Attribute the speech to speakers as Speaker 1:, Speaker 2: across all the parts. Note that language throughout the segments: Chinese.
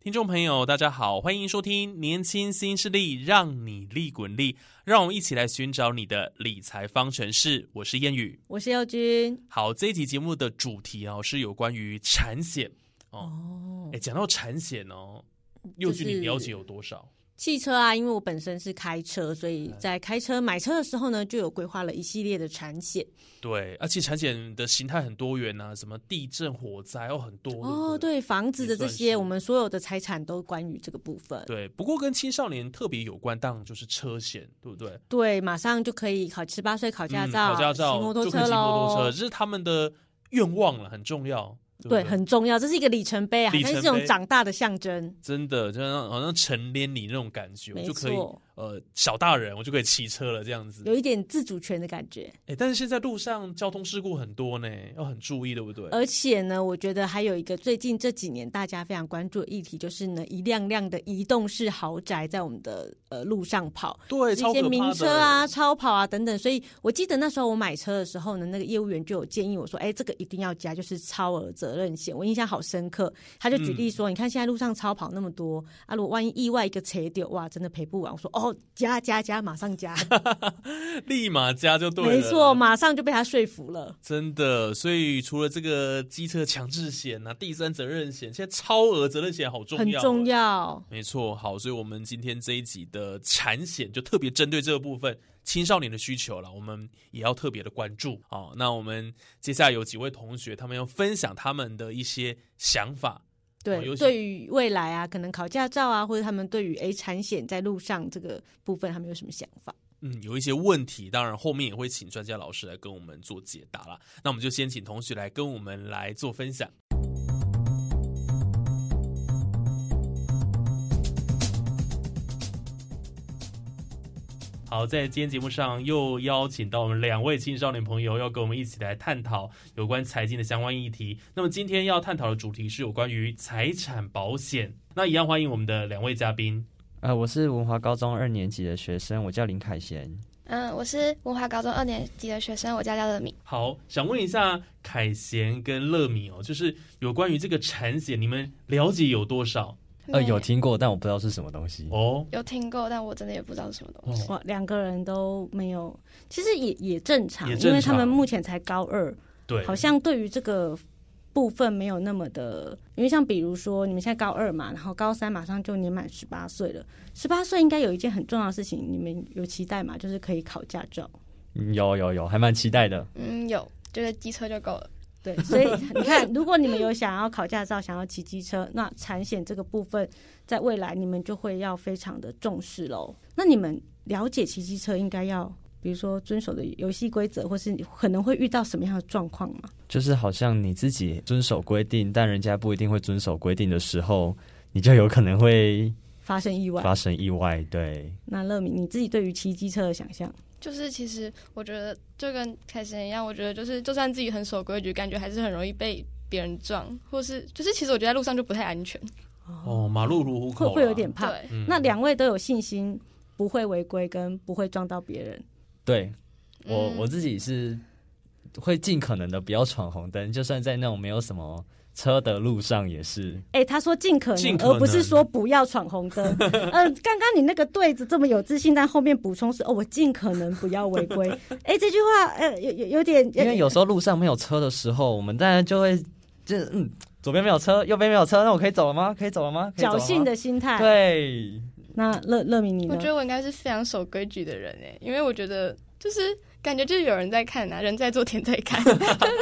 Speaker 1: 听众朋友，大家好，欢迎收听《年轻新势力》，让你利滚利，让我们一起来寻找你的理财方程式。我是谚语。
Speaker 2: 我是佑君。
Speaker 1: 好，这一集节目的主题哦是有关于产险哦。
Speaker 2: 哦
Speaker 1: 哎、，讲到产险哦，佑君，
Speaker 2: 就
Speaker 1: 你
Speaker 2: 是
Speaker 1: 了解有多少？
Speaker 2: 汽车啊，因为我本身是开车，所以
Speaker 1: 嗯
Speaker 2: 在开车买车的时候呢，就有规划了一系列的产险。
Speaker 1: 对，而且产险的形态很多元啊，什么地震、火灾哦，很多。
Speaker 2: 哦，
Speaker 1: 对
Speaker 2: 对，房子的这
Speaker 1: 也算
Speaker 2: 些，
Speaker 1: 是
Speaker 2: 我们所有的财产都关于这个部分
Speaker 1: 不。对。对，不过跟青少年特别有关，当然就是车险，对不对？
Speaker 2: 对，马上就可以考十八岁考驾照，
Speaker 1: 嗯、考驾照
Speaker 2: 骑摩托
Speaker 1: 就可以
Speaker 2: 车
Speaker 1: 骑摩托车，
Speaker 2: 喽
Speaker 1: 这。是他们的愿望了，很重要。对不
Speaker 2: 对，很重要，这是一个里程碑啊，
Speaker 1: 里
Speaker 2: 它
Speaker 1: 程
Speaker 2: 是
Speaker 1: 碑
Speaker 2: 一种长大的象征。
Speaker 1: 真的，就像好像成年你那种感觉，我
Speaker 2: 没
Speaker 1: 就可以
Speaker 2: 错
Speaker 1: 呃小大人，我就可以骑车了这样子。
Speaker 2: 有一点自主权的感觉，
Speaker 1: 哎、但是现在路上交通事故很多呢，要很注意，对不对？
Speaker 2: 而且呢，我觉得还有一个最近这几年大家非常关注的议题，就是呢，一辆辆的移动式豪宅在我们的呃路上跑，
Speaker 1: 对，
Speaker 2: 一
Speaker 1: 超可
Speaker 2: 些
Speaker 1: 怕的。
Speaker 2: 名车啊、超跑啊等等。所以我记得那时候我买车的时候呢，那个业务员就有建议我说：“哎，这个一定要加，就是超额责任险。”我印象好深刻。他就举例说：“你看现在路上超跑那么
Speaker 1: 嗯
Speaker 2: 多啊，如果万一意外一个车丢，哇，真的赔不完。”我说：“哦，加加加，马 上加，
Speaker 1: 立马加就对了。
Speaker 2: 没错，马上就被他说服了。”
Speaker 1: 真的，所以除了这个机车强制险啊、第三责任险，现在超额责任险好重
Speaker 2: 很
Speaker 1: 要，哦啊
Speaker 2: 重。要，
Speaker 1: 没错，好，所以我们今天这一集的产险就特别针对这个部分青少年的需求了，我们也要特别的关注。好，那我们接下来有几位同学，他们要分享他们的一些想法。哦尤
Speaker 2: 对，
Speaker 1: 其
Speaker 2: 对于未来啊，可能考驾照啊，或者他们对于诶产险在路上这个部分，他们有什么想法？
Speaker 1: 嗯，有一些问题，当然后面也会请专家老师来跟我们做解答啦。那我们就先请同学来跟我们来做分享。好，在今天节目上又邀请到我们两位青少年朋友，要跟我们一起来探讨有关财经的相关议题。那么今天要探讨的主题是有关于财产保险。那一样欢迎我们的两位嘉宾。
Speaker 3: 呃，我是文华高中二年级的学生，我叫林凯贤。
Speaker 4: 嗯，我是文华高中二年级的学生，我叫廖乐敏。
Speaker 1: 好，想问一下凯贤跟乐米哦，就是有关于这个产险，你们了解有多少
Speaker 3: 呃，有听过，但我不知道是什么东西。
Speaker 1: 哦？
Speaker 4: 嗯有听过，但我真的也不知道是什么东
Speaker 3: 哦
Speaker 4: 西。
Speaker 2: 哇，两个人都没有，其实也也正常，
Speaker 1: 也正常
Speaker 2: 因为他们目前才高二，
Speaker 1: 对，
Speaker 2: 好像对于这个部分没有那么的，因为像比如说你们现在高二嘛，然后高三马上就年满十八岁了，十八岁应该有一件很重要的事情，你们有期待嘛？就是可以考驾照。
Speaker 3: 嗯有有有，还蛮期待的。
Speaker 4: 嗯，有，觉得机车就够了。
Speaker 2: 对，所以你看，如果你们有想要考驾照、想要骑机车，那产险这个部分，在未来你们就会要非常的重视喽。那你们了解骑机车应该要，比如说遵守的游戏规则，或是你可能会遇到什么样的状况吗？
Speaker 3: 就是好像你自己遵守规定，但人家不一定会遵守规定的时候，你就有可能会
Speaker 2: 发生意外？
Speaker 3: 发生意外。对，
Speaker 2: 那乐明，你自己对于骑机车的想象，
Speaker 4: 就是其实我觉得就跟凯神一样，我觉得就是就算自己很守规矩，感觉还是很容易被别人撞，或是就是其实我觉得在路上就不太安全。
Speaker 1: 哦，马路如虎口
Speaker 2: 会啊
Speaker 1: 啦，
Speaker 2: 不会有点怕？
Speaker 4: 对，
Speaker 1: 嗯
Speaker 2: 那两位都有信心不会违规，跟不会撞到别人。
Speaker 3: 对我
Speaker 4: 嗯
Speaker 3: 我自己是会尽可能的不要闯红灯，就算在那种没有什么车的路上也是。
Speaker 2: 哎、他说尽可
Speaker 1: 尽
Speaker 2: 能，
Speaker 1: 可能
Speaker 2: 而不是说不要闯红灯。嗯、刚刚你那个对子这么有自信，但后面补充是哦，我尽可能不要违规。哎、这句话呃有有有点，
Speaker 3: 因为有时候路上没有车的时候，我们当然就会就嗯，左边没有车，右边没有车，那我可以走了吗？可以走了吗？可以走
Speaker 2: 侥
Speaker 3: 了吗
Speaker 2: 幸的心态。，
Speaker 3: 对，
Speaker 2: 那乐乐明你
Speaker 4: 我
Speaker 2: 呢
Speaker 4: 觉？得我应该是非常守规矩的人诶，因为我觉得就是感觉就是有人在看啊，人在做天在 看。但是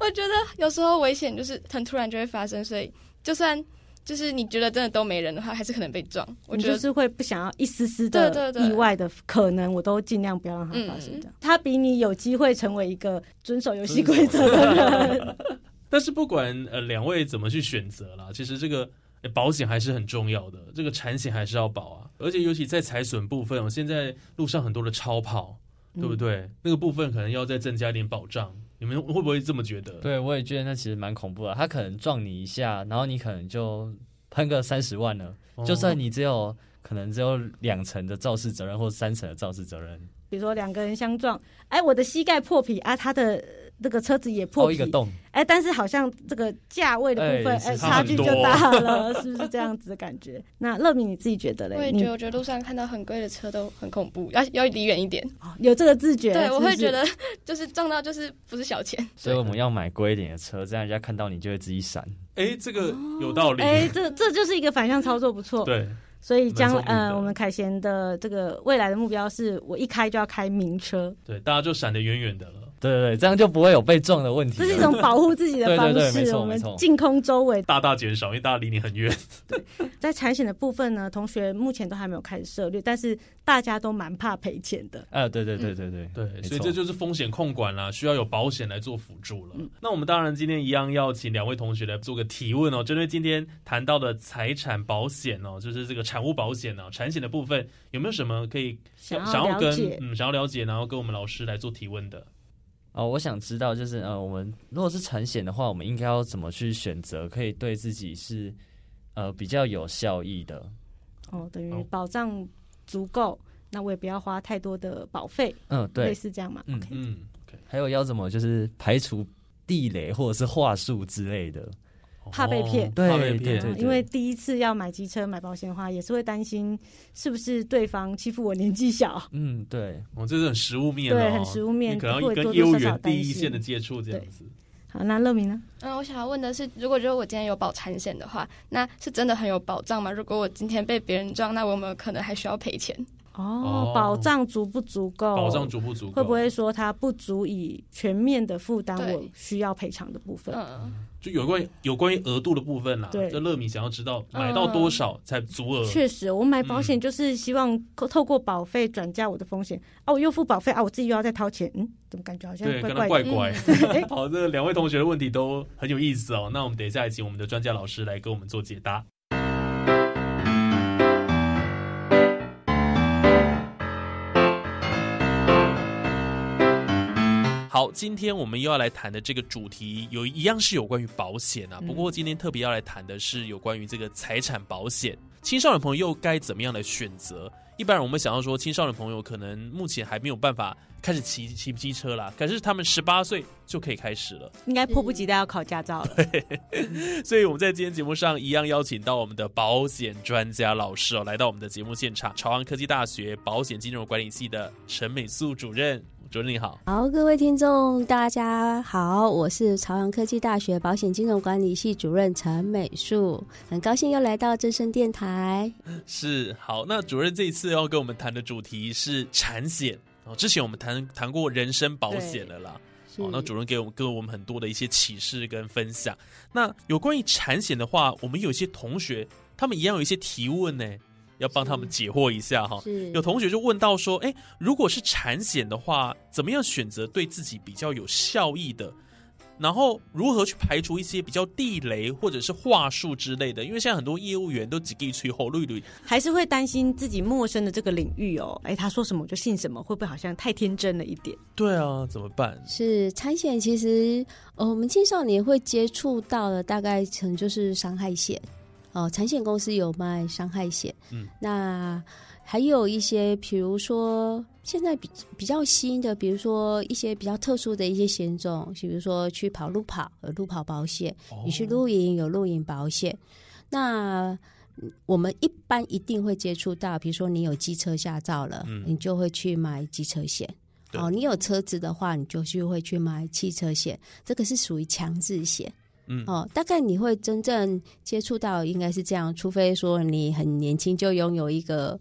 Speaker 4: 我觉得有时候危险就是很突然就会发生，所以就算就是你觉得真的都没人的话，还是可能被撞。我
Speaker 2: 你
Speaker 4: 觉
Speaker 2: 就
Speaker 4: 得
Speaker 2: 是会不想要一丝丝
Speaker 4: 对
Speaker 2: 的
Speaker 4: 对对嗯
Speaker 2: 意外的可能，我都尽量不要让它发生。这样，他比你有机会成为一个遵守游戏规则的人。
Speaker 1: 但是不管呃两位怎么去选择啦，其实这个、呃保险还是很重要的，这个产险还是要保啊。而且尤其在财损部分，我现在路上很多的超跑， 对
Speaker 2: 嗯
Speaker 1: 不对？那个部分可能要再增加一点保障。你们会不会这么觉得？
Speaker 3: 对，我也觉得那其实蛮恐怖的。他可能撞你一下，然后你可能就喷个三十万了，
Speaker 1: 哦
Speaker 3: 就算你只有可能只有两成的肇事责任或三成的肇事责任，
Speaker 2: 比如说两个人相撞，哎，我的膝盖破皮啊，他的那个车子也破
Speaker 3: 哦破一
Speaker 2: 皮
Speaker 3: 个，洞，
Speaker 2: 哎，但是好像这个价位的部分，
Speaker 3: 哎是
Speaker 2: 哎，
Speaker 3: 是
Speaker 2: 差距就大了， 是不是这样子的感觉？ 那乐明你自己觉得
Speaker 4: 我
Speaker 2: 嘞？
Speaker 4: 也
Speaker 2: 你
Speaker 4: 觉得，我觉得路上看到很贵的车都很恐怖，啊要要离远一点。
Speaker 2: 哦有这个自觉？
Speaker 4: 对，我会
Speaker 2: 是不是
Speaker 4: 觉得就是撞到就是不是小钱。
Speaker 3: 所以我们要买贵一点的车，这样人家看到你就会自己闪。
Speaker 1: 哎，这个有道理。
Speaker 2: 哎，这这就是一个反向操作，不错。
Speaker 1: 对，
Speaker 2: 所以将
Speaker 1: 蛮聪明的
Speaker 2: 呃，我们凯贤的这个未来的目标是我一开就要开名车，
Speaker 1: 对，大家就闪得远远的了。
Speaker 3: 对对对，这样就不会有被撞的问题
Speaker 2: 这
Speaker 3: 了。
Speaker 2: 是一种保护自己的
Speaker 3: 对对
Speaker 2: 方式。
Speaker 3: 对没错
Speaker 2: 我们
Speaker 3: 没错
Speaker 2: 净空周围，
Speaker 1: 大大减少，因为大家离你很远。
Speaker 2: 在产险的部分呢，同学目前都还没有开始涉猎，但是大家都蛮怕赔钱的。
Speaker 3: 呃，对对对对对，
Speaker 2: 嗯
Speaker 1: 对，
Speaker 3: 没
Speaker 1: 所以
Speaker 3: 错
Speaker 1: 这就是风险控管啦，需要有保险来做辅助了。那我们当然今天一样要请两位同学来做个提问哦，针对今天谈到的财产保险哦，就是这个产物保险哦，产险的部分有没有什么可以
Speaker 2: 想
Speaker 1: 想
Speaker 2: 要了
Speaker 1: 跟
Speaker 2: 解，
Speaker 1: 嗯想要了解，然后跟我们老师来做提问的？
Speaker 3: 哦，我想知道就是呃，我们如果是产险的话，我们应该要怎么去选择，可以对自己是呃比较有效益的？
Speaker 2: 哦，等
Speaker 1: 好
Speaker 2: 于保障足够，那我也不要花太多的保费，
Speaker 3: 嗯，
Speaker 2: 类
Speaker 3: 对。
Speaker 2: 似这样嘛。
Speaker 3: 嗯
Speaker 2: OK
Speaker 1: 嗯，OK，
Speaker 3: 还有要怎么就是排除地雷或者是话术之类的？
Speaker 2: 怕被骗
Speaker 1: 哦
Speaker 3: 对
Speaker 1: 怕被骗，
Speaker 3: 对
Speaker 2: 因为第一次要买机车、买保险的话，也是会担心是不是对方欺负我年纪小，
Speaker 3: 嗯，对，
Speaker 1: 哦，这是很实物面、哦，
Speaker 2: 对很实物面
Speaker 1: 你可能要
Speaker 2: 会
Speaker 1: 跟
Speaker 2: 多多
Speaker 1: 业务
Speaker 2: 少少
Speaker 1: 员
Speaker 2: 担
Speaker 1: 第一
Speaker 2: 心
Speaker 1: 线的接触这样子。
Speaker 2: 好，那乐明呢？
Speaker 4: 嗯，我想要问的是，如果觉得我今天有保产险的话，那是真的很有保障吗？如果我今天被别人撞，那我有没有可能还需要赔钱？
Speaker 2: 哦
Speaker 1: 哦，
Speaker 2: 保障足不足够？
Speaker 1: 保障足不足够？
Speaker 2: 哦会不会说它不足以全面的负担
Speaker 4: 对
Speaker 2: 我需要赔偿的部分？
Speaker 4: 嗯，
Speaker 1: 就有关于有关于额度的部分啦？啊
Speaker 2: 对嗯
Speaker 1: 就乐米想要知道买到多少才足额？
Speaker 2: 确实，我买保险就是希望透过保费转嫁我的风险、啊，我又付保费啊，我自己又要再掏钱，嗯，怎么感觉好像
Speaker 1: 对，
Speaker 2: 怪
Speaker 1: 跟他
Speaker 2: 怪
Speaker 1: 怪
Speaker 2: 的？
Speaker 1: 怪。
Speaker 2: 哎
Speaker 1: 好，这两位同学的问题都很有意思哦。那我们等一下也请我们的专家老师来给我们做解答。好，今天我们又要来谈的这个主题有一样是有关于保险啊，不过今天特别要来谈的是有关于这个财产保险，青少年朋友该怎么样来选择？一般人我们想要说，青少年朋友可能目前还没有办法开始骑骑机车啦，可是他们十八岁就可以开始了。
Speaker 5: 应该迫不及待要考驾照了。
Speaker 1: 所以我们在今天节目上一样邀请到我们的保险专家老师哦，来到我们的节目现场，朝阳科技大学保险金融管理系的陈美素主任，主任你好。
Speaker 6: 好，各位听众，大家好，我是朝阳科技大学保险金融管理系主任陈美树，很高兴又来到真声电台。
Speaker 1: 是好，那主任这一次要跟我们谈的主题是产险哦。之前我们谈谈过人身保险了啦，
Speaker 6: 是
Speaker 1: 哦，那主任给我们给我们很多的一些启示跟分享。那有关于产险的话，我们有一些同学他们一样有一些提问呢，要帮他们解惑一下哈、
Speaker 6: 是
Speaker 1: 有同学就问到说，哎，如果是产险的话，怎么样选择对自己比较有效益的？然后如何去排除一些比较地雷或者是话术之类的？因为现在很多业务员都只给吹后绿绿，
Speaker 2: 还是会担心自己陌生的这个领域哦，哎，他说什么我就信什么，会不会好像太天真了一点？
Speaker 1: 对啊，怎么办？
Speaker 6: 是产险，其实呃，我们青少年会接触到的大概可能就是伤害险，哦、产险公司有卖伤害险，
Speaker 1: 嗯，
Speaker 6: 那还有一些，比如说现在比比较新的，比如说一些比较特殊的一些险种，比如说去跑路跑有路跑保险，
Speaker 1: 哦
Speaker 6: 你去露营有露营保险，那。嗯我们一般一定会接触到，比如说你有机车驾照了，
Speaker 1: 嗯
Speaker 6: 你就会去买机车险。
Speaker 1: 对
Speaker 6: 哦，你有车子的话，你就去会去买汽车险，这个是属于强制险。
Speaker 1: 嗯
Speaker 6: 哦，大概你会真正接触到应该是这样，除非说你很年轻就拥有一个。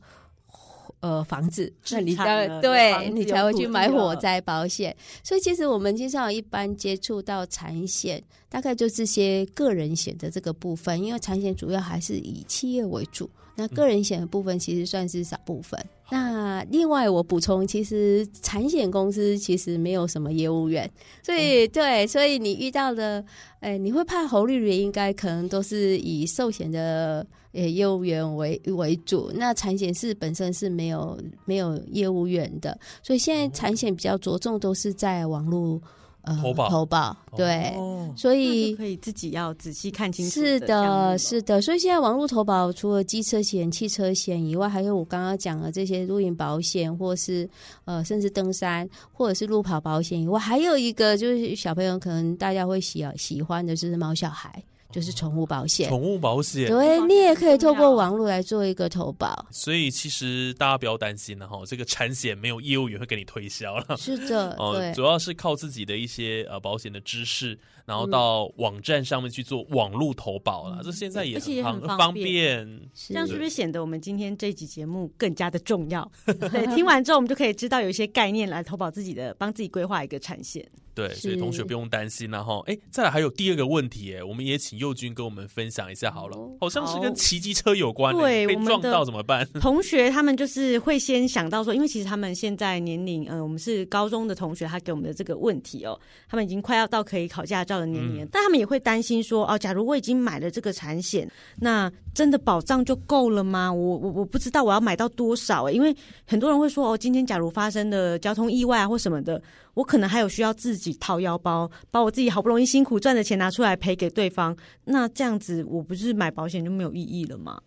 Speaker 6: 呃房子，
Speaker 2: 置
Speaker 6: 那你
Speaker 2: 产
Speaker 6: 当
Speaker 2: 了
Speaker 6: 然
Speaker 2: 有房
Speaker 6: 对
Speaker 2: 子
Speaker 6: 你
Speaker 2: 有
Speaker 6: 才会
Speaker 2: 土
Speaker 6: 去
Speaker 2: 地
Speaker 6: 买火
Speaker 2: 了
Speaker 6: 灾保险。所以其实我们经常一般接触到产险，大概就这些个人险的这个部分，因为产险主要还是以企业为主，那个人险的部分其实算是少部分。那另外我补充，其实产险公司其实没有什么业务员，所以、对，所以你遇到的，哎，你会怕红绿人，应该可能都是以寿险的呃业务员为为主。那产险是本身是没有没有业务员的，所以现在产险比较着重都是在网络呃
Speaker 1: 投保
Speaker 6: 投保
Speaker 1: 哦
Speaker 6: 对，
Speaker 2: 哦，
Speaker 6: 所
Speaker 2: 那
Speaker 6: 以
Speaker 2: 就可以自己要仔细看清楚项目
Speaker 6: 是的，是的，所以现在网络投保除了机车险、汽车险以外，还有我刚刚讲的这些露营保险，或是呃，甚至登山或者是路跑保险以外，还有一个就是小朋友可能大家会喜喜欢的就是猫小孩，就是宠物保险。
Speaker 1: 宠物保险。
Speaker 6: 对，你也可以透
Speaker 2: 重
Speaker 6: 过
Speaker 2: 要
Speaker 6: 网络来做一个投保。
Speaker 1: 所以其实大家不要担心了哈，这个产险没有业务员会给你推销了。
Speaker 6: 是的，
Speaker 2: 呃
Speaker 1: 哦，
Speaker 6: 对，
Speaker 1: 主要是靠自己的一些呃保险的知识，然
Speaker 2: 嗯
Speaker 1: 后到网站上面去做网络投保啦。这现在也
Speaker 2: 而且也
Speaker 1: 很
Speaker 2: 很
Speaker 1: 方
Speaker 2: 方
Speaker 1: 便。
Speaker 2: 这
Speaker 6: 是
Speaker 2: 样是不是显得我们今天这集节目更加的重 要？对，听完之后我们就可以知道有一些概念来投保自己的，帮自己规划一个产险。
Speaker 1: 对，所以
Speaker 6: 是
Speaker 1: 同学不用担心啦哈。哎，再来还有第二个问题，哎，我们也请佑君跟我们分享一下好了
Speaker 6: 哦，
Speaker 1: 好像是
Speaker 2: 好
Speaker 1: 跟骑机车有关，
Speaker 2: 对
Speaker 1: 哎被
Speaker 2: 我们
Speaker 1: 撞
Speaker 2: 的
Speaker 1: 到怎么 办？
Speaker 2: 同学他们就是会先想到说，因为其实他们现在年龄，呃，我们是高中的同学，他给我们的这个问题哦，他们已经快要到可以考驾照的年龄了，但他们也会担心说，哦，假如我已经买了这个产险，那真的保障就够了吗？我我我不知道我要买到多少、欸，因为很多人会说，哦，今天假如发生了交通意外啊或什么的，我可能还有需要自己掏腰包，把我自己好不容易辛苦赚的钱拿出来赔给对方，那这样子我不是买保险就没有意义了吗？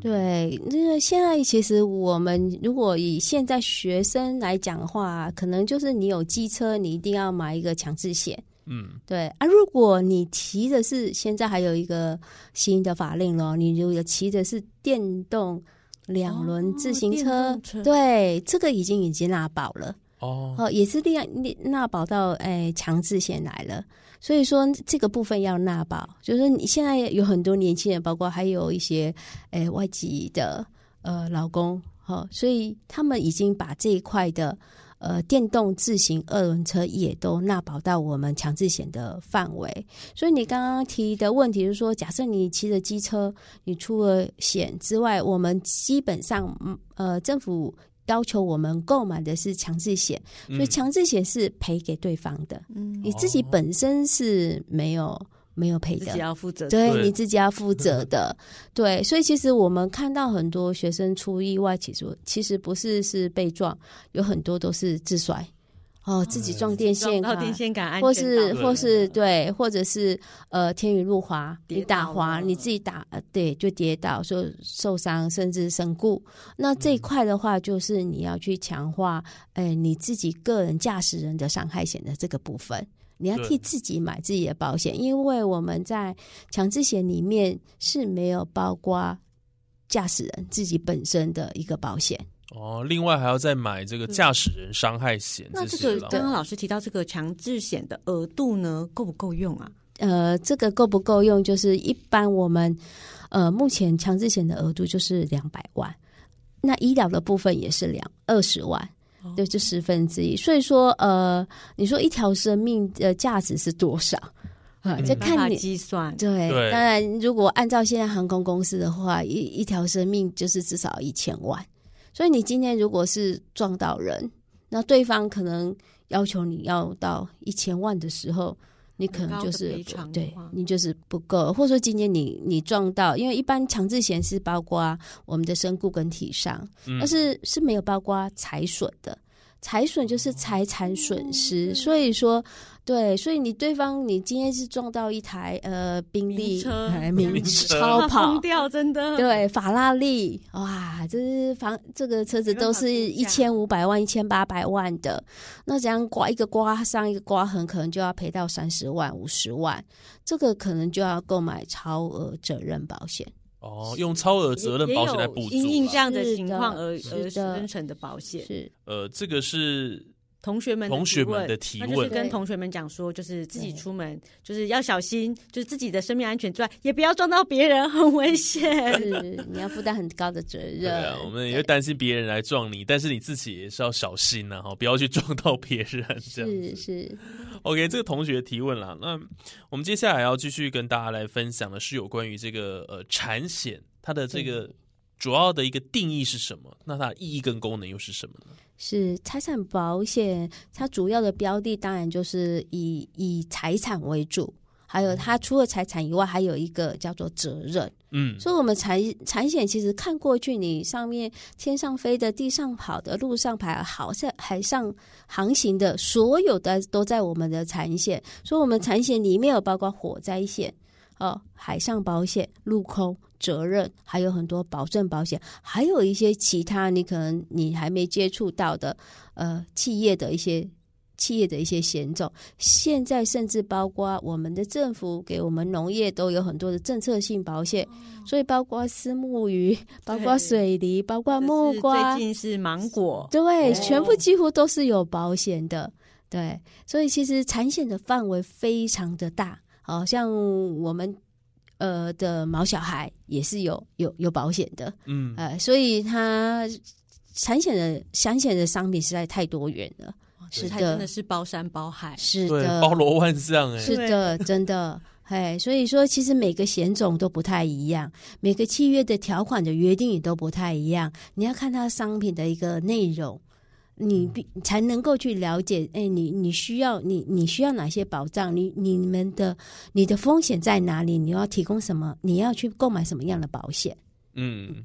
Speaker 6: 对，那个现在其实我们如果以现在学生来讲的话，可能就是你有机车，你一定要买一个强制险。
Speaker 1: 嗯，
Speaker 6: 对啊，如果你骑的是现在还有一个新的法令咯，你如果骑的是电动两轮
Speaker 1: 哦
Speaker 6: 自行车，对，这个已经已经纳保了。
Speaker 1: 哦，
Speaker 6: 哦，也是列列纳保到诶强制险来了，所以说这个部分要纳保，就是你现在有很多年轻人，包括还有一些诶外籍的呃劳工，哦，所以他们已经把这一块的呃电动自行二轮车也都纳保到我们强制险的范围。所以你刚刚提的问题是说，假设你骑着机车，你除了险之外，我们基本上嗯呃政府。要求我们购买的是强制险，所以
Speaker 1: 嗯
Speaker 6: 强制险是赔给对方的，
Speaker 2: 嗯
Speaker 6: 你自己本身是没有没有赔
Speaker 2: 自己
Speaker 6: 的。
Speaker 2: 要负责。
Speaker 6: 对，啊
Speaker 1: 对
Speaker 6: 你自己要负责的，对，所以其实我们看到很多学生出意外，其实其实不是是被撞，有很多都是自摔，哦，自己撞电线
Speaker 2: 哎到
Speaker 6: 杆，
Speaker 2: 电线杆安全
Speaker 6: 或是
Speaker 2: 岛
Speaker 6: 或是对，或者是呃天雨路滑，
Speaker 2: 嗯
Speaker 6: 你
Speaker 2: 跌
Speaker 6: 打
Speaker 2: 倒
Speaker 6: 滑，
Speaker 2: 了
Speaker 6: 你自己打，呃对，就跌倒，受受伤，甚至身故。那这一
Speaker 2: 嗯
Speaker 6: 块的话，就是你要去强化，哎、你自己个人驾驶人的伤害险的这个部分。你要
Speaker 1: 对
Speaker 6: 替自己买自己的保险，因为我们在强制险里面是没有包括驾驶人自己本身的一个保险。
Speaker 1: 哦，另外还要再买这个驾驶人伤害险
Speaker 2: 那
Speaker 1: 这
Speaker 2: 这
Speaker 1: 些
Speaker 2: 个
Speaker 1: 了。
Speaker 2: 刚刚老师提到这个强制险的额度呢，够不够用啊？
Speaker 6: 呃，这个够不够用？就是一般我们呃，目前强制险的额度就是两百万，那医疗的部分也是两二十万，对，就十分之一。所以说，呃，你说一条生命的价值是多少？啊、
Speaker 1: 嗯
Speaker 6: 就
Speaker 2: 哦没办法
Speaker 6: 看你
Speaker 2: 计算，
Speaker 6: 对，
Speaker 1: 对
Speaker 6: 当然，如果按照现在航空公司的话，一一条生命就是至少一千万。所以你今天如果是撞到人，那对方可能要求你要到一千万的时候，你可能就是
Speaker 2: 很高的赔偿的
Speaker 6: 对
Speaker 2: 话
Speaker 6: 你就是不够，或者说今天你你撞到，因为一般强制险是包括我们的身故跟体伤，
Speaker 1: 嗯
Speaker 6: 但是是没有包括财损的。财损就是财产
Speaker 2: 哦
Speaker 6: 损失，所以说，对，所以你对方你今天是撞到一台呃宾利
Speaker 2: 名车
Speaker 6: 哎名
Speaker 1: 名车
Speaker 6: 超
Speaker 2: 怕
Speaker 6: 跑
Speaker 2: 疯，掉，真的。
Speaker 6: 对，法拉利，哇，这是房这个车子都是
Speaker 2: 没
Speaker 6: 一
Speaker 2: 办法
Speaker 6: 千五百万、一千八百万的，那这样刮一个刮伤、一个刮痕，可能就要赔到三十万、五十万，这个可能就要购买超额责任保险。
Speaker 1: 哦，用超额责任
Speaker 2: 也
Speaker 1: 保险来补
Speaker 2: 也有因
Speaker 1: 足啊
Speaker 2: 应
Speaker 1: 啦
Speaker 2: 这样的
Speaker 6: 是
Speaker 2: 情
Speaker 6: 的
Speaker 2: 况而
Speaker 6: 是
Speaker 2: 而
Speaker 6: 的
Speaker 2: 生成的保险。
Speaker 6: 是
Speaker 1: 呃，这个是
Speaker 2: 同学们
Speaker 1: 同学们的
Speaker 2: 的
Speaker 1: 提
Speaker 2: 提问那
Speaker 1: 问
Speaker 2: 就是跟同学们讲说，就是自己出门就是要小心，就是自己的生命安全之外，也不要撞到别人，很危险。
Speaker 6: 是你要负担很高的责
Speaker 1: 对
Speaker 6: 任。
Speaker 1: 啊，我们也会担心别人来撞你，但是你自己也是要小心呐、哈，不要去撞到别人这样
Speaker 6: 是
Speaker 1: 子。
Speaker 6: 是，
Speaker 1: OK，这个同学提问啦，那我们接下来要继续跟大家来分享的是有关于这个呃产险它的这
Speaker 6: 嗯
Speaker 1: 个主要的一个定义是什么？那它的意义跟功能又是什么呢？
Speaker 6: 是财产保险，它主要的标的当然就是以以财产为主，还有它除了财产以外，还有一个叫做责任。
Speaker 1: 嗯，
Speaker 6: 所以，我们产产险其实看过去，你上面天上飞的、地上跑的、路上爬、好像海上航行的，所有的都在我们的产险。所以，我们产险里面有包括火灾险、哦海上保险、陆空责任，还有很多保证保险，还有一些其他你可能你还没接触到的，呃，企业的一些。企业的一些险种，现在甚至包括我们的政府给我们农业都有很多的政策性保险，
Speaker 2: 哦
Speaker 6: 所以包括丝木鱼，包括水梨，包括木瓜
Speaker 2: 最，近是芒果，
Speaker 6: 对，全部几乎都是有保险的。对，所以其实产险的范围非常的大，好、像我们呃的毛小孩也是有有有保险的，
Speaker 1: 嗯，
Speaker 6: 呃，所以它产险的产险的商品实在太多元了，是
Speaker 2: 它
Speaker 6: 的
Speaker 2: 真的是包山包海。
Speaker 6: 是
Speaker 1: 对，
Speaker 6: 的，
Speaker 1: 包罗万象哎、
Speaker 6: 是的，真的。哎，所以说，其实每个险种都不太一样，每个契约的条款的约定也都不太一样。你要看它商品的一个内容，你必才能够去了解。哎，你你需要你你需要哪些保障？你你们的你的风险在哪里？你要提供什么？你要去购买什么样的保险？
Speaker 1: 嗯，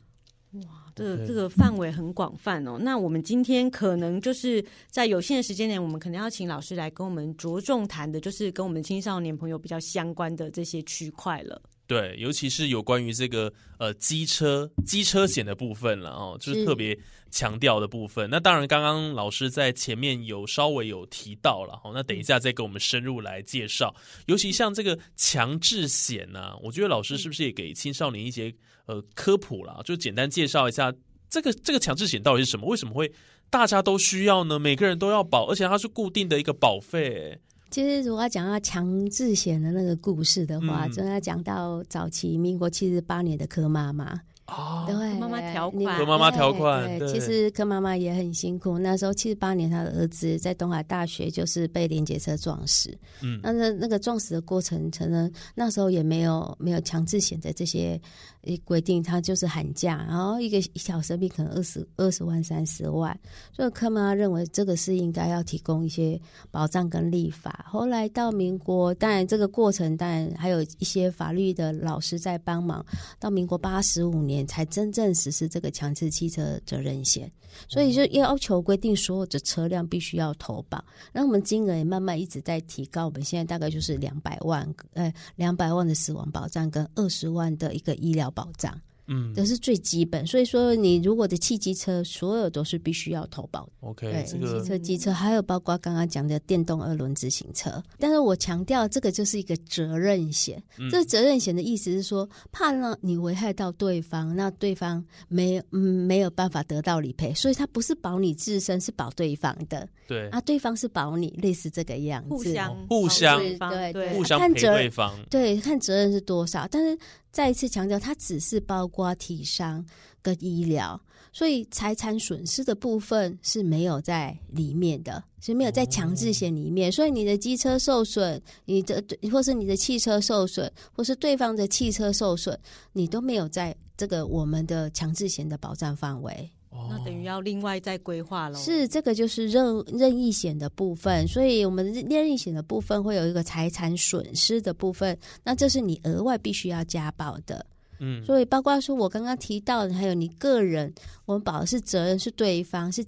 Speaker 2: 这个
Speaker 1: 对嗯
Speaker 2: 这个范围很广泛哦。那我们今天可能就是在有限的时间内，我们可能要请老师来跟我们着重谈的，就是跟我们青少年朋友比较相关的这些区块了。
Speaker 1: 对，尤其是有关于这个呃机车机车险的部分了哦，就是
Speaker 6: 是
Speaker 1: 特别强调的部分。那当然，刚刚老师在前面有稍微有提到了哦，那
Speaker 6: 嗯
Speaker 1: 等一下再给我们深入来介绍。尤其像这个强制险呢、我觉得老
Speaker 6: 嗯
Speaker 1: 师是不是也给青少年一些呃科普啦，就简单介绍一下这个这个强制险到底是什么？为什么会大家都需要呢？每个人都要保，而且它是固定的一个保费。欸
Speaker 6: 其实，如果要讲到强制险的那个故事的话，
Speaker 1: 嗯
Speaker 6: 真的要讲到早期民国七十八年的柯妈妈。
Speaker 1: 哦，
Speaker 6: 对，
Speaker 2: 柯妈妈条款
Speaker 6: 你
Speaker 2: 柯
Speaker 1: 妈妈条款
Speaker 6: 对，
Speaker 1: 对
Speaker 6: 其实柯妈妈也很辛苦。那时候七十八年，她的儿子在东海大学就是被连接车撞死。
Speaker 1: 嗯
Speaker 6: 那那那个撞死的过程，可能那时候也没有没有强制险的这些呃规定，他就是喊价，然后一个一条生命可能二十二十万、三十万，所以柯妈妈认为这个是应该要提供一些保障跟立法。后来到民国，当然这个过程当然还有一些法律的老师在帮忙。到民国八十五年才真正实施这个强制汽车责任险，所以就要求规定所有的车辆必须要投保。那我们金额也慢慢一直在提高，我们现在大概就是两百万，呃，两百万的死亡保障跟二十万的一个医疗保障，
Speaker 1: 嗯
Speaker 6: 这是最基本。所以说，你如果的汽机车，所有都是必须要投保的。
Speaker 1: ，OK，
Speaker 6: 对，
Speaker 1: 这
Speaker 6: 汽
Speaker 1: 个
Speaker 6: 车、机车，还有包括刚刚讲的电动二轮自行车。但是我强调，这个就是一个责任险。
Speaker 1: 嗯
Speaker 6: 这个责任险的意思是说，怕让你危害到对方，那对方没有、嗯、没有办法得到理赔，所以它不是保你自身，是保对方的。
Speaker 1: 对
Speaker 6: 啊，对方是保你，类似这个样子。
Speaker 2: 互相
Speaker 1: 嗯哦互相
Speaker 2: 对方
Speaker 6: 对
Speaker 2: 对
Speaker 6: 对
Speaker 1: 互相
Speaker 6: 看
Speaker 1: 陪
Speaker 6: 责
Speaker 1: 对方。
Speaker 6: 对，看责任是多少。但是再一次强调，它只是包括体伤跟医疗，所以财产损失的部分是没有在里面的，是没有在强制险里面。所以你的机车受损，你的或是你的汽车受损，或是对方的汽车受损，你都没有在这个我们的强制险的保障范围。
Speaker 1: 哦
Speaker 2: 那等于要另外再规划哦喽。
Speaker 6: 是这个就是任任意险的部分，所以我们任意险的部分会有一个财产损失的部分，那这是你额外必须要加保的。
Speaker 1: 嗯
Speaker 6: 所以包括说我刚刚提到的，还有你个人，我们保的是责任是对方，是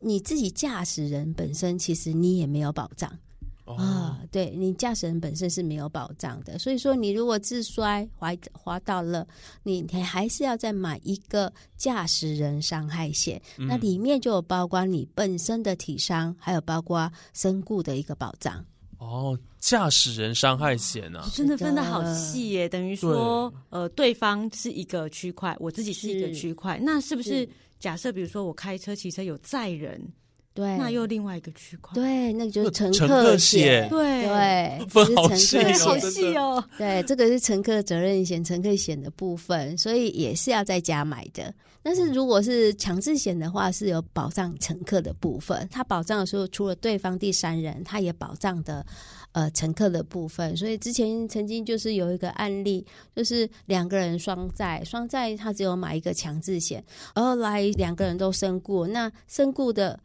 Speaker 6: 你自己驾驶人本身，其实你也没有保障。
Speaker 1: 哦
Speaker 6: 啊、对你驾驶人本身是没有保障的，所以说你如果自摔滑滑倒了，你你还是要再买一个驾驶人伤害险，
Speaker 1: 嗯
Speaker 6: 那里面就有包括你本身的体伤，还有包括身故的一个保障。
Speaker 1: 哦，驾驶人伤害险啊，
Speaker 2: 真的分的
Speaker 6: 是的
Speaker 2: 好细耶，等于说，呃，对方是一个区块，我自己是一个
Speaker 6: 是
Speaker 2: 区块，那是不是
Speaker 6: 是
Speaker 2: 假设，比如说我开车、骑车有载人，
Speaker 6: 对，
Speaker 2: 那又另外一个区块。
Speaker 6: 对，那个就是乘
Speaker 1: 乘客
Speaker 6: 险
Speaker 1: 险，
Speaker 2: 对，
Speaker 6: 对，
Speaker 1: 分好
Speaker 6: 这是乘
Speaker 1: 细
Speaker 6: 客
Speaker 1: 哦
Speaker 6: 险
Speaker 2: 好细哦，
Speaker 6: 对，这个是乘客责任险、乘客险的部分，所以也是要在家买的。但是如果是强制险的话，是有保障乘客的部分，它保障的时候除了对方第三人，它也保障的呃乘客的部分。所以之前曾经就是有一个案例，就是两个人双载，双载他只有买一个强制险，然后来两个人都身故，那身故的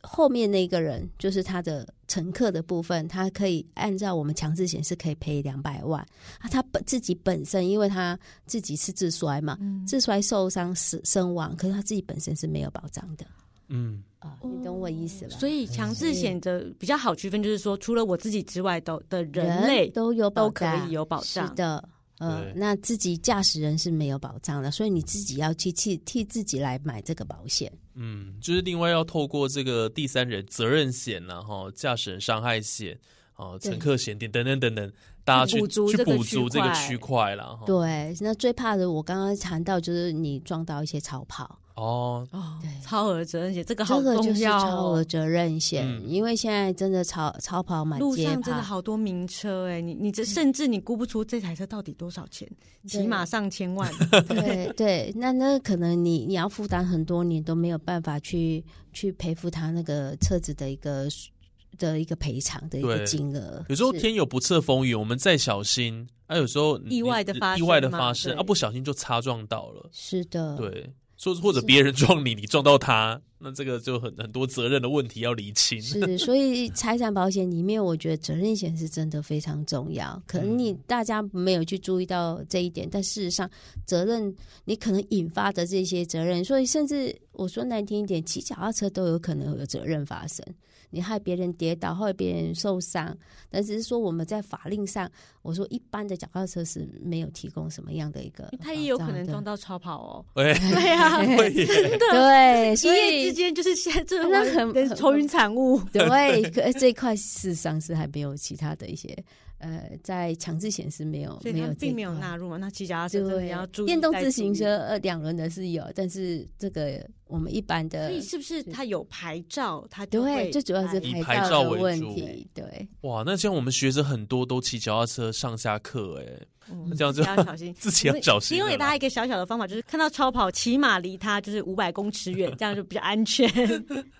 Speaker 6: 后面那个人就是他的乘客的部分，他可以按照我们强制险是可以赔两百万啊。他本自己本身，因为他自己是自摔嘛，自摔受伤死身亡，可是他自己本身是没有保障的
Speaker 1: 嗯，
Speaker 6: 啊、你懂我意思吧？
Speaker 2: 嗯所以强制险的比较好区分，就是说除了我自己之外的的人类
Speaker 6: 都有保
Speaker 2: 都可
Speaker 6: 障，
Speaker 2: 以有保
Speaker 6: 是
Speaker 2: 障。
Speaker 6: 的。呃
Speaker 1: 对，
Speaker 6: 那自己驾驶人是没有保障的，所以你自己要去替替自己来买这个保险。
Speaker 1: 嗯，就是另外要透过这个第三人责任险然后驾驶人伤害险。哦，
Speaker 6: 对
Speaker 1: 乘客险等等等等等，大家去
Speaker 2: 补足
Speaker 1: 去
Speaker 2: 这个
Speaker 1: 补足
Speaker 2: 区
Speaker 1: 这个
Speaker 2: 块
Speaker 1: 区块了哈。
Speaker 6: 对，那最怕的我刚刚谈到就是你撞到一些超跑，
Speaker 1: 哦，
Speaker 2: 哦
Speaker 6: 对，
Speaker 2: 超额责任险这个好
Speaker 6: 这个就
Speaker 2: 重
Speaker 6: 是
Speaker 2: 要
Speaker 6: 超额
Speaker 2: 哦。
Speaker 6: 责任险，
Speaker 1: 嗯
Speaker 6: 因为现在真的超超跑满
Speaker 2: 路
Speaker 6: 街嗯
Speaker 2: 上真的
Speaker 6: 跑，
Speaker 2: 好多名车哎、你你这甚至你估不出这台车到底多少钱，起码上千 万。
Speaker 6: 对对，那那可能你你要负担很多年都没有办法去去赔付他那个车子的一个的一个赔偿的一个
Speaker 1: 对
Speaker 6: 金额。
Speaker 1: 有时候
Speaker 6: 是
Speaker 1: 天有不测风云，我们再小心，啊，有时候你
Speaker 2: 意外地发
Speaker 1: 意
Speaker 2: 生
Speaker 1: 外的
Speaker 2: 嘛
Speaker 1: 发生，
Speaker 2: 对嗯
Speaker 1: 啊，不小心就擦撞到了，
Speaker 6: 是的，
Speaker 1: 对，说或者别人撞你，你撞到他，那这个就很很多责任的问题要厘 清。
Speaker 6: 是，所以财产保险里面，我觉得责任险是真的非常重要。可能你大家没有去注意到这一点，但事实上，责任你可能引发的这些责任，所以甚至我说难听一点，骑脚踏车都有可能有责任发生。你害别人跌倒，害别人受伤，但只是说我们在法令上，我说一般的脚踏车是没有提供什么样的一个，
Speaker 2: 他也有可能撞。 到超跑哦。
Speaker 1: 喂，
Speaker 2: 对啊，
Speaker 1: 会耶
Speaker 6: 对，
Speaker 2: 一
Speaker 6: 所
Speaker 2: 夜之
Speaker 6: 以
Speaker 2: 间就是现在这
Speaker 6: 那很
Speaker 2: 种愁云惨雾。
Speaker 6: 对，可呃这一块事实上是还没有其他的一些，呃，在强制险是没有
Speaker 2: 所以
Speaker 6: 没
Speaker 2: 他
Speaker 6: 有
Speaker 2: 们
Speaker 6: 这一
Speaker 2: 并没有
Speaker 6: 块
Speaker 2: 纳入嘛，啊那骑脚踏车真的要注意。
Speaker 6: 对，电动
Speaker 2: 再
Speaker 6: 自行
Speaker 2: 注意
Speaker 6: 车，呃两轮的是有，但是这个我们一般的
Speaker 2: 所以是不是他有牌照，他就
Speaker 6: 对，最主要是
Speaker 2: 拍
Speaker 1: 以
Speaker 6: 牌
Speaker 1: 牌照
Speaker 6: 的
Speaker 1: 为
Speaker 6: 问
Speaker 1: 主欸
Speaker 6: 题，对，
Speaker 1: 哇，那像我们学生很多都骑脚踏车上下课，哎，
Speaker 2: 嗯
Speaker 1: 那这样
Speaker 2: 自己
Speaker 1: 就
Speaker 2: 要小 心
Speaker 1: 。自己要小心
Speaker 2: 提
Speaker 1: 了
Speaker 2: 供
Speaker 1: 啦。
Speaker 2: 给大家一个小小的方法，就是看到超跑，起码离它就是五百公尺远，这样就比较安全。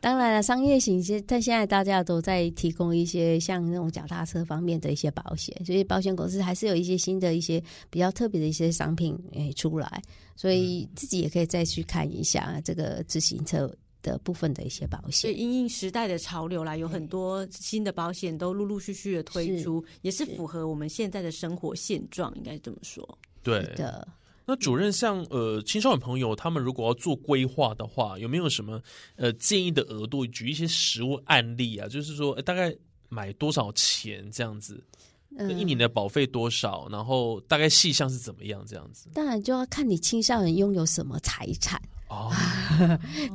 Speaker 6: 当然了，商业型现但现在大家都在提供一些像那种脚踏车方面的一些保险，所以保险公司还是有一些新的一些比较特别的一些商品诶出来，所以自己也可以再去看一下这个自行车的部分的一些保
Speaker 2: 所以
Speaker 6: 险。
Speaker 2: 因应时代的潮流啦，有很多新的保险都陆陆续续的推出，也是符合我们现在的生活现状，应该这么说。
Speaker 1: 对，
Speaker 6: 的，
Speaker 1: 那主任像呃青少年朋友，他们如果要做规划的话，有没有什么呃建议的额度？举一些实物案例啊，就是说、呃大概买多少钱这样子，
Speaker 6: 嗯
Speaker 2: 嗯
Speaker 1: 一年的保费多少，然后大概细项是怎么样这样子？
Speaker 6: 当然就要看你青少年拥有什么财产，
Speaker 1: 哦，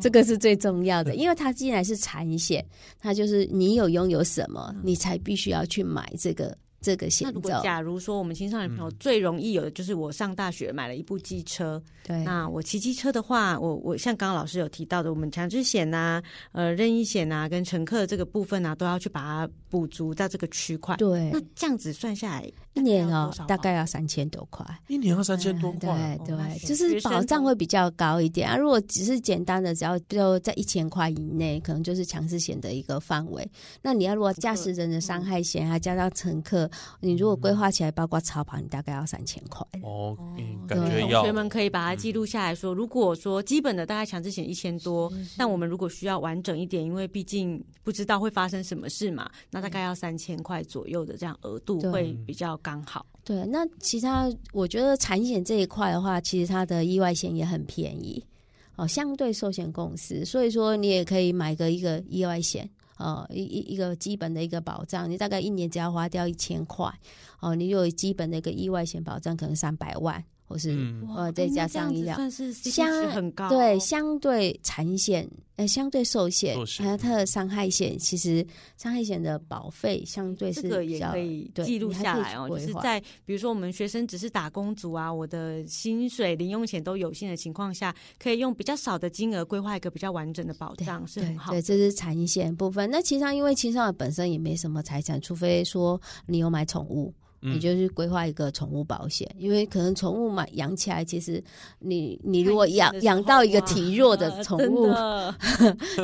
Speaker 6: 这个是最重要的，因为它既然是产险，它就是你有拥有什么，你才必须要去买这个这个险
Speaker 2: 那如果
Speaker 6: 种。
Speaker 2: 假如说我们青少年朋友最容易有的就是我上大学买了一部机车，
Speaker 6: 对，
Speaker 2: 那我骑机车的话，我我像刚刚老师有提到的，我们强制险呐、呃任意险呐、跟乘客这个部分呐，都要去把它补足到这个区块。
Speaker 6: 对
Speaker 2: 那，这样子算下来，
Speaker 6: 一年
Speaker 2: 大概
Speaker 6: 哦
Speaker 2: 要多少，
Speaker 6: 大概要三千多块。
Speaker 1: 一年要三千多块，
Speaker 6: 对
Speaker 2: 哦那
Speaker 6: 对，
Speaker 2: 学
Speaker 6: 就是
Speaker 2: 学生
Speaker 6: 保障
Speaker 2: 同
Speaker 6: 会比较高一点啊。如果只是简单的，只要就在一千块以内，可能就是强制险的一个范围。那你要如果驾驶人的伤害险啊，加上乘客，你如果规划起来，包括超跑，你大概要三千块。
Speaker 1: 哦，嗯，感
Speaker 6: 对
Speaker 1: 觉
Speaker 2: 同
Speaker 1: 要
Speaker 2: 学们可以把它记录下来说，如果说基本的大概强制险一千多，但我们如果需要完整一点，因为毕竟不知道会发生什么事嘛，那大
Speaker 1: 嗯
Speaker 2: 概要三千块左右的这样额度
Speaker 6: 对
Speaker 2: 会比较刚好。
Speaker 6: 对，那其他我觉得产险这一块的话，其实它的意外险也很便宜哦，相对寿险公司，所以说你也可以买个一个意外险。呃，一一一个基本的一个保障，你大概一年只要花掉一千块，哦，你有基本的一个意外险保障，可能三百万或是、
Speaker 1: 嗯
Speaker 2: 哇
Speaker 6: 呃再
Speaker 2: 哦那
Speaker 6: 加
Speaker 2: 这样
Speaker 6: 上
Speaker 2: 子
Speaker 6: 医疗
Speaker 2: 算是 CP
Speaker 6: 相
Speaker 2: 值很高哦，
Speaker 6: 对相对产险呃相对寿险
Speaker 1: 寿，险
Speaker 6: 还有它的伤害险，其实伤害险的保费相对是
Speaker 2: 这个
Speaker 6: 比
Speaker 2: 也
Speaker 6: 较
Speaker 2: 可以
Speaker 6: 对
Speaker 2: 记录
Speaker 6: 你还
Speaker 2: 下
Speaker 6: 可以
Speaker 2: 来
Speaker 6: 去
Speaker 2: 哦，就
Speaker 6: 规
Speaker 2: 是
Speaker 6: 划
Speaker 2: 在比如说我们学生只是打工族啊，我的薪水、零用钱都有限的情况下，可以用比较少的金额规划一个比较完整的保
Speaker 6: 对
Speaker 2: 障，是
Speaker 6: 对
Speaker 2: 很好
Speaker 6: 对，
Speaker 2: 的。
Speaker 6: 这是产险部分。那其实上因为青少年本身也没什么财产，除非说你有买宠物，
Speaker 1: 嗯
Speaker 6: 你就是规划一个宠物保险，因为可能宠物买养起来，其实你你如果
Speaker 2: 看医生
Speaker 6: 养
Speaker 2: 的时
Speaker 6: 养到一个
Speaker 2: 候啊
Speaker 6: 体弱的
Speaker 2: 啊
Speaker 6: 宠
Speaker 2: 真
Speaker 6: 物，
Speaker 2: 的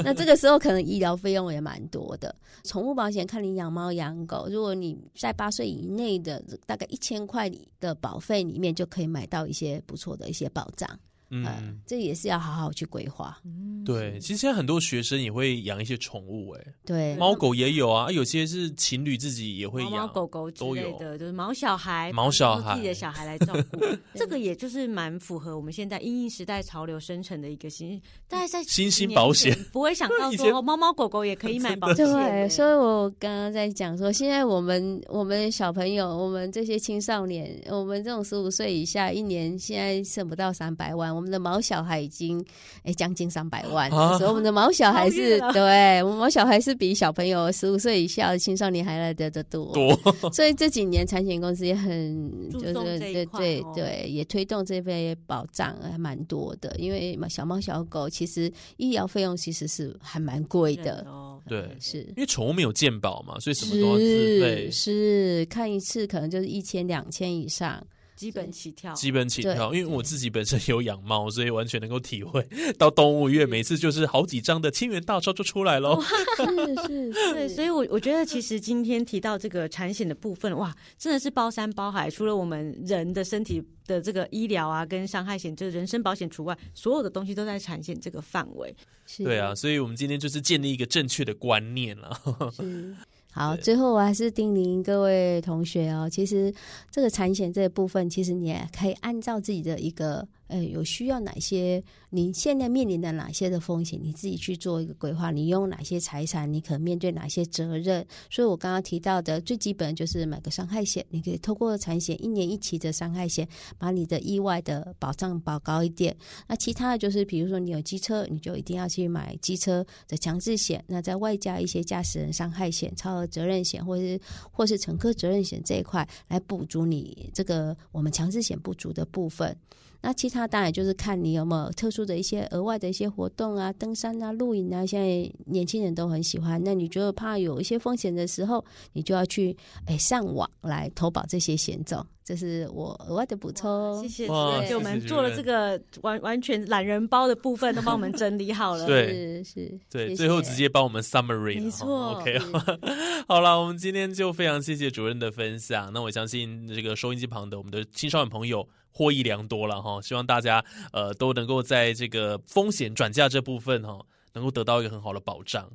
Speaker 6: 那这个时候可能医疗费用也蛮多的。宠物保险看你养猫养狗，如果你在八岁以内的大概一千块的保费里面，就可以买到一些不错的一些保障。嗯、
Speaker 1: 嗯，
Speaker 6: 这也是要好好去规划。
Speaker 2: 嗯
Speaker 1: 对，其实现在很多学生也会养一些宠物、欸，
Speaker 6: 对，
Speaker 1: 猫狗也有啊，有些是情侣自己也会
Speaker 2: 猫
Speaker 1: 养。
Speaker 2: 猫狗狗之
Speaker 1: 都
Speaker 2: 类
Speaker 1: 有
Speaker 2: 的，就是毛小孩、
Speaker 1: 毛小
Speaker 2: 然后自己
Speaker 1: 孩
Speaker 2: 的小孩来照 顾，这个也就是蛮符合我们现在因应时代潮流生成的一个新，大概在
Speaker 1: 新
Speaker 2: 几
Speaker 1: 兴
Speaker 2: 年
Speaker 1: 保
Speaker 2: 前
Speaker 1: 险，
Speaker 2: 不会想到
Speaker 1: 以前
Speaker 2: 说哦猫猫狗狗也可以买保险耶，
Speaker 6: 对，啊所以我刚刚在讲说，现在我们我们小朋友，我们这些青少年，我们这种十五岁以下，一年现在剩不到三百万，我们的毛小孩已经哎将近三百万，
Speaker 1: 啊
Speaker 6: 所以我们的毛小孩
Speaker 2: 超
Speaker 6: 是
Speaker 2: 越了
Speaker 6: 对，我们毛小孩是比小朋友十五岁以下的青少年还来得的多。
Speaker 1: 多
Speaker 6: 所以这几年产险公司也很
Speaker 2: 注
Speaker 6: 就是
Speaker 2: 重这一
Speaker 6: 对
Speaker 2: 块
Speaker 6: 对
Speaker 2: 哦
Speaker 6: 对，也推动这边保障还蛮多的，因为小猫小狗其实医疗费用其实是还蛮贵的，
Speaker 2: 哦，
Speaker 1: 对，
Speaker 6: 是。
Speaker 1: 因为宠物没有健保嘛，所以什么都要自费
Speaker 6: 是，是，看一次可能就是一千两千以上，
Speaker 2: 基本起跳，
Speaker 1: 基本起跳。
Speaker 6: 对
Speaker 1: 因为我自己本身有养猫，所以完全能够体会到动物园每次就是好几张的千元大钞就出来喽。
Speaker 6: 是是，
Speaker 2: 对，所以我，我觉得其实今天提到这个产险的部分，哇，真的是包山包海。除了我们人的身体的这个医疗啊，跟伤害险，就是人身保险除外，所有的东西都在产险这个范围。
Speaker 6: 是
Speaker 1: 对啊，，所以我们今天就是建立一个正确的观念了。
Speaker 6: 是。好，
Speaker 1: 对
Speaker 6: 最后我还是叮咛各位同学哦，其实这个产险这部分，其实你也可以按照自己的一个呃有需要哪些，你现在面临的哪些的风险，你自己去做一个规划，你用哪些财产，你可能面对哪些责任。所以我刚刚提到的最基本就是买个伤害险，你可以透过产险一年一期的伤害险，把你的意外的保障保高一点。那其他的就是，比如说你有机车，你就一定要去买机车的强制险，那再外加一些驾驶人伤害险、超额责任险，或是或是乘客责任险这一块，来补足你这个我们强制险不足的部分。那其他当然就是看你有没有特殊的一些额外的一些活动啊，登山啊、露营啊，现在年轻人都很喜欢。那你觉得怕有一些风险的时候，你就要去哎上网来投保这些险种，这是我额外的补充
Speaker 2: 谢。谢主
Speaker 1: 哇谢
Speaker 2: 任哦给我
Speaker 1: 谢
Speaker 2: 们
Speaker 1: 主
Speaker 2: 做了
Speaker 1: 任
Speaker 2: 这个完完全懒人包的部分，都帮 我们整理好了。
Speaker 1: 对
Speaker 6: 是是，
Speaker 1: 对，
Speaker 6: 谢
Speaker 1: 最后
Speaker 6: 谢
Speaker 1: 直接帮我们 summary 了。
Speaker 2: 没错
Speaker 1: o k 好了，我们今天就非常谢谢主任的分享。那我相信这个收音机旁的我们的青少年朋友获益良多了哈，希望大家呃都能够在这个风险转嫁这部分哈，能够得到一个很好的保障。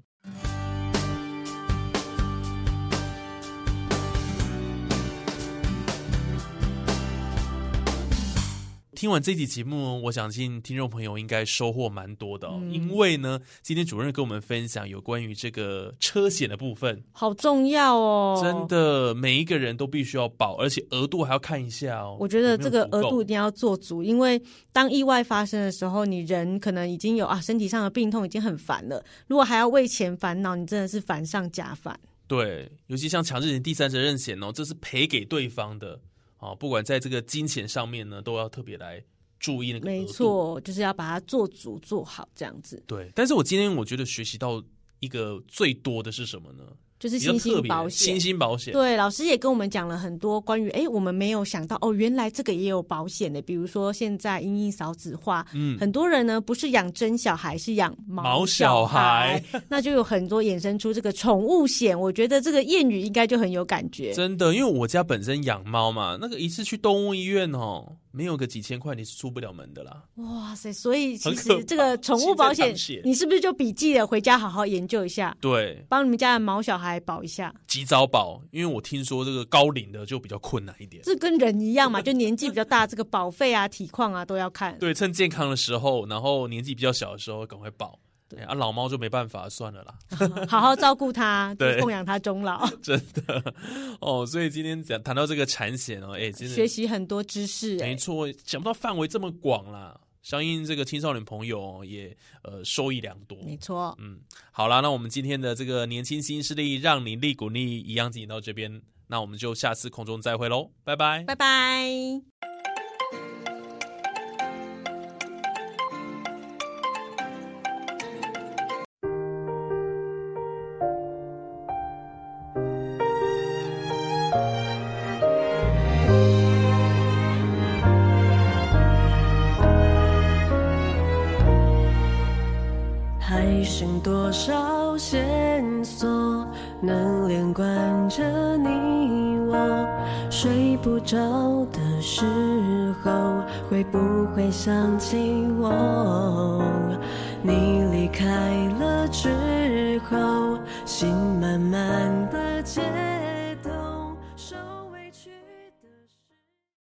Speaker 1: 听完这期节目，我相信听众朋友应该收获蛮多的哦，因为呢，今天主任跟我们分享有关于这个车险的部分，
Speaker 2: 好重要哦，
Speaker 1: 真。的每一个人都必须要保，而且额度还要看一下哦。
Speaker 2: 我觉得
Speaker 1: 有没
Speaker 2: 这
Speaker 1: 有
Speaker 2: 个
Speaker 1: 足
Speaker 2: 额
Speaker 1: 够
Speaker 2: 度一定要做足，因为当意外发生的时候，你人可能已经有啊身体上的病痛，已经很烦了。如果还要为钱烦恼，你真的是烦上加烦。
Speaker 1: 对，尤其像强制险、第三责任险哦，这是赔给对方的啊，不管在这个金钱上面呢，都要特别来注意那个额度。
Speaker 2: 没，错，就是要把它做足做好，这样子
Speaker 1: 对。但是我今天我觉得学习到一个最多的是什么呢？
Speaker 2: 就是
Speaker 1: 比较
Speaker 2: 新
Speaker 1: 特
Speaker 2: 兴
Speaker 1: 别
Speaker 2: 保
Speaker 1: 的，
Speaker 2: 险
Speaker 1: 新。兴保险。
Speaker 2: 对，老师也跟我们讲了很多关于哎，我们没有想到哦，原来这个也有保险的。比如说现在因应少子化，
Speaker 1: 嗯，
Speaker 2: 很多人呢不是养真小孩，是养
Speaker 1: 毛
Speaker 2: 毛
Speaker 1: 小
Speaker 2: 小
Speaker 1: 孩
Speaker 2: 孩， 那就有很多衍生出这个宠物险。我觉得这个谚语应该就很有感觉。
Speaker 1: 真的，因为我家本身养猫嘛，那个一次去动物医院哦，没有个几千块你是出不了门的啦。
Speaker 2: 哇塞！所以其
Speaker 1: 很可怕
Speaker 2: 实这个宠物保
Speaker 1: 心
Speaker 2: 险
Speaker 1: 在淌血，
Speaker 2: 你是不是就笔记了？回家好好研究一下，
Speaker 1: 对，
Speaker 2: 帮你们家的毛小孩保一下。
Speaker 1: 及早保，因为我听说这个高龄的就比较困难一点。
Speaker 2: 这跟人一样嘛，就年纪比较大，这个保费啊、体况啊都要看。
Speaker 1: 对，趁健康的时候，然后年纪比较小的时候赶快保。
Speaker 2: 对
Speaker 1: 哎啊，老猫就没办法，算了啦，
Speaker 2: 好好照顾它，
Speaker 1: 对
Speaker 2: 奉养它终老，
Speaker 1: 真的哦。所以今天讲谈到这个产险哦，哎，真的
Speaker 2: 学习很多知识、哎
Speaker 1: 没错，想不到范围这么广啦。相信这个青少年朋友哦也呃受益良多。
Speaker 2: 没错，
Speaker 1: 嗯，好啦，那我们今天的这个年轻新势力，让你力鼓励一样进行到这边，那我们就下次空中再会喽，拜拜。
Speaker 2: 拜拜。
Speaker 7: 还剩多少线索能连贯着你我？睡不着的时候，会不会想起我？你离开了之后，心慢慢的解冻，受委屈。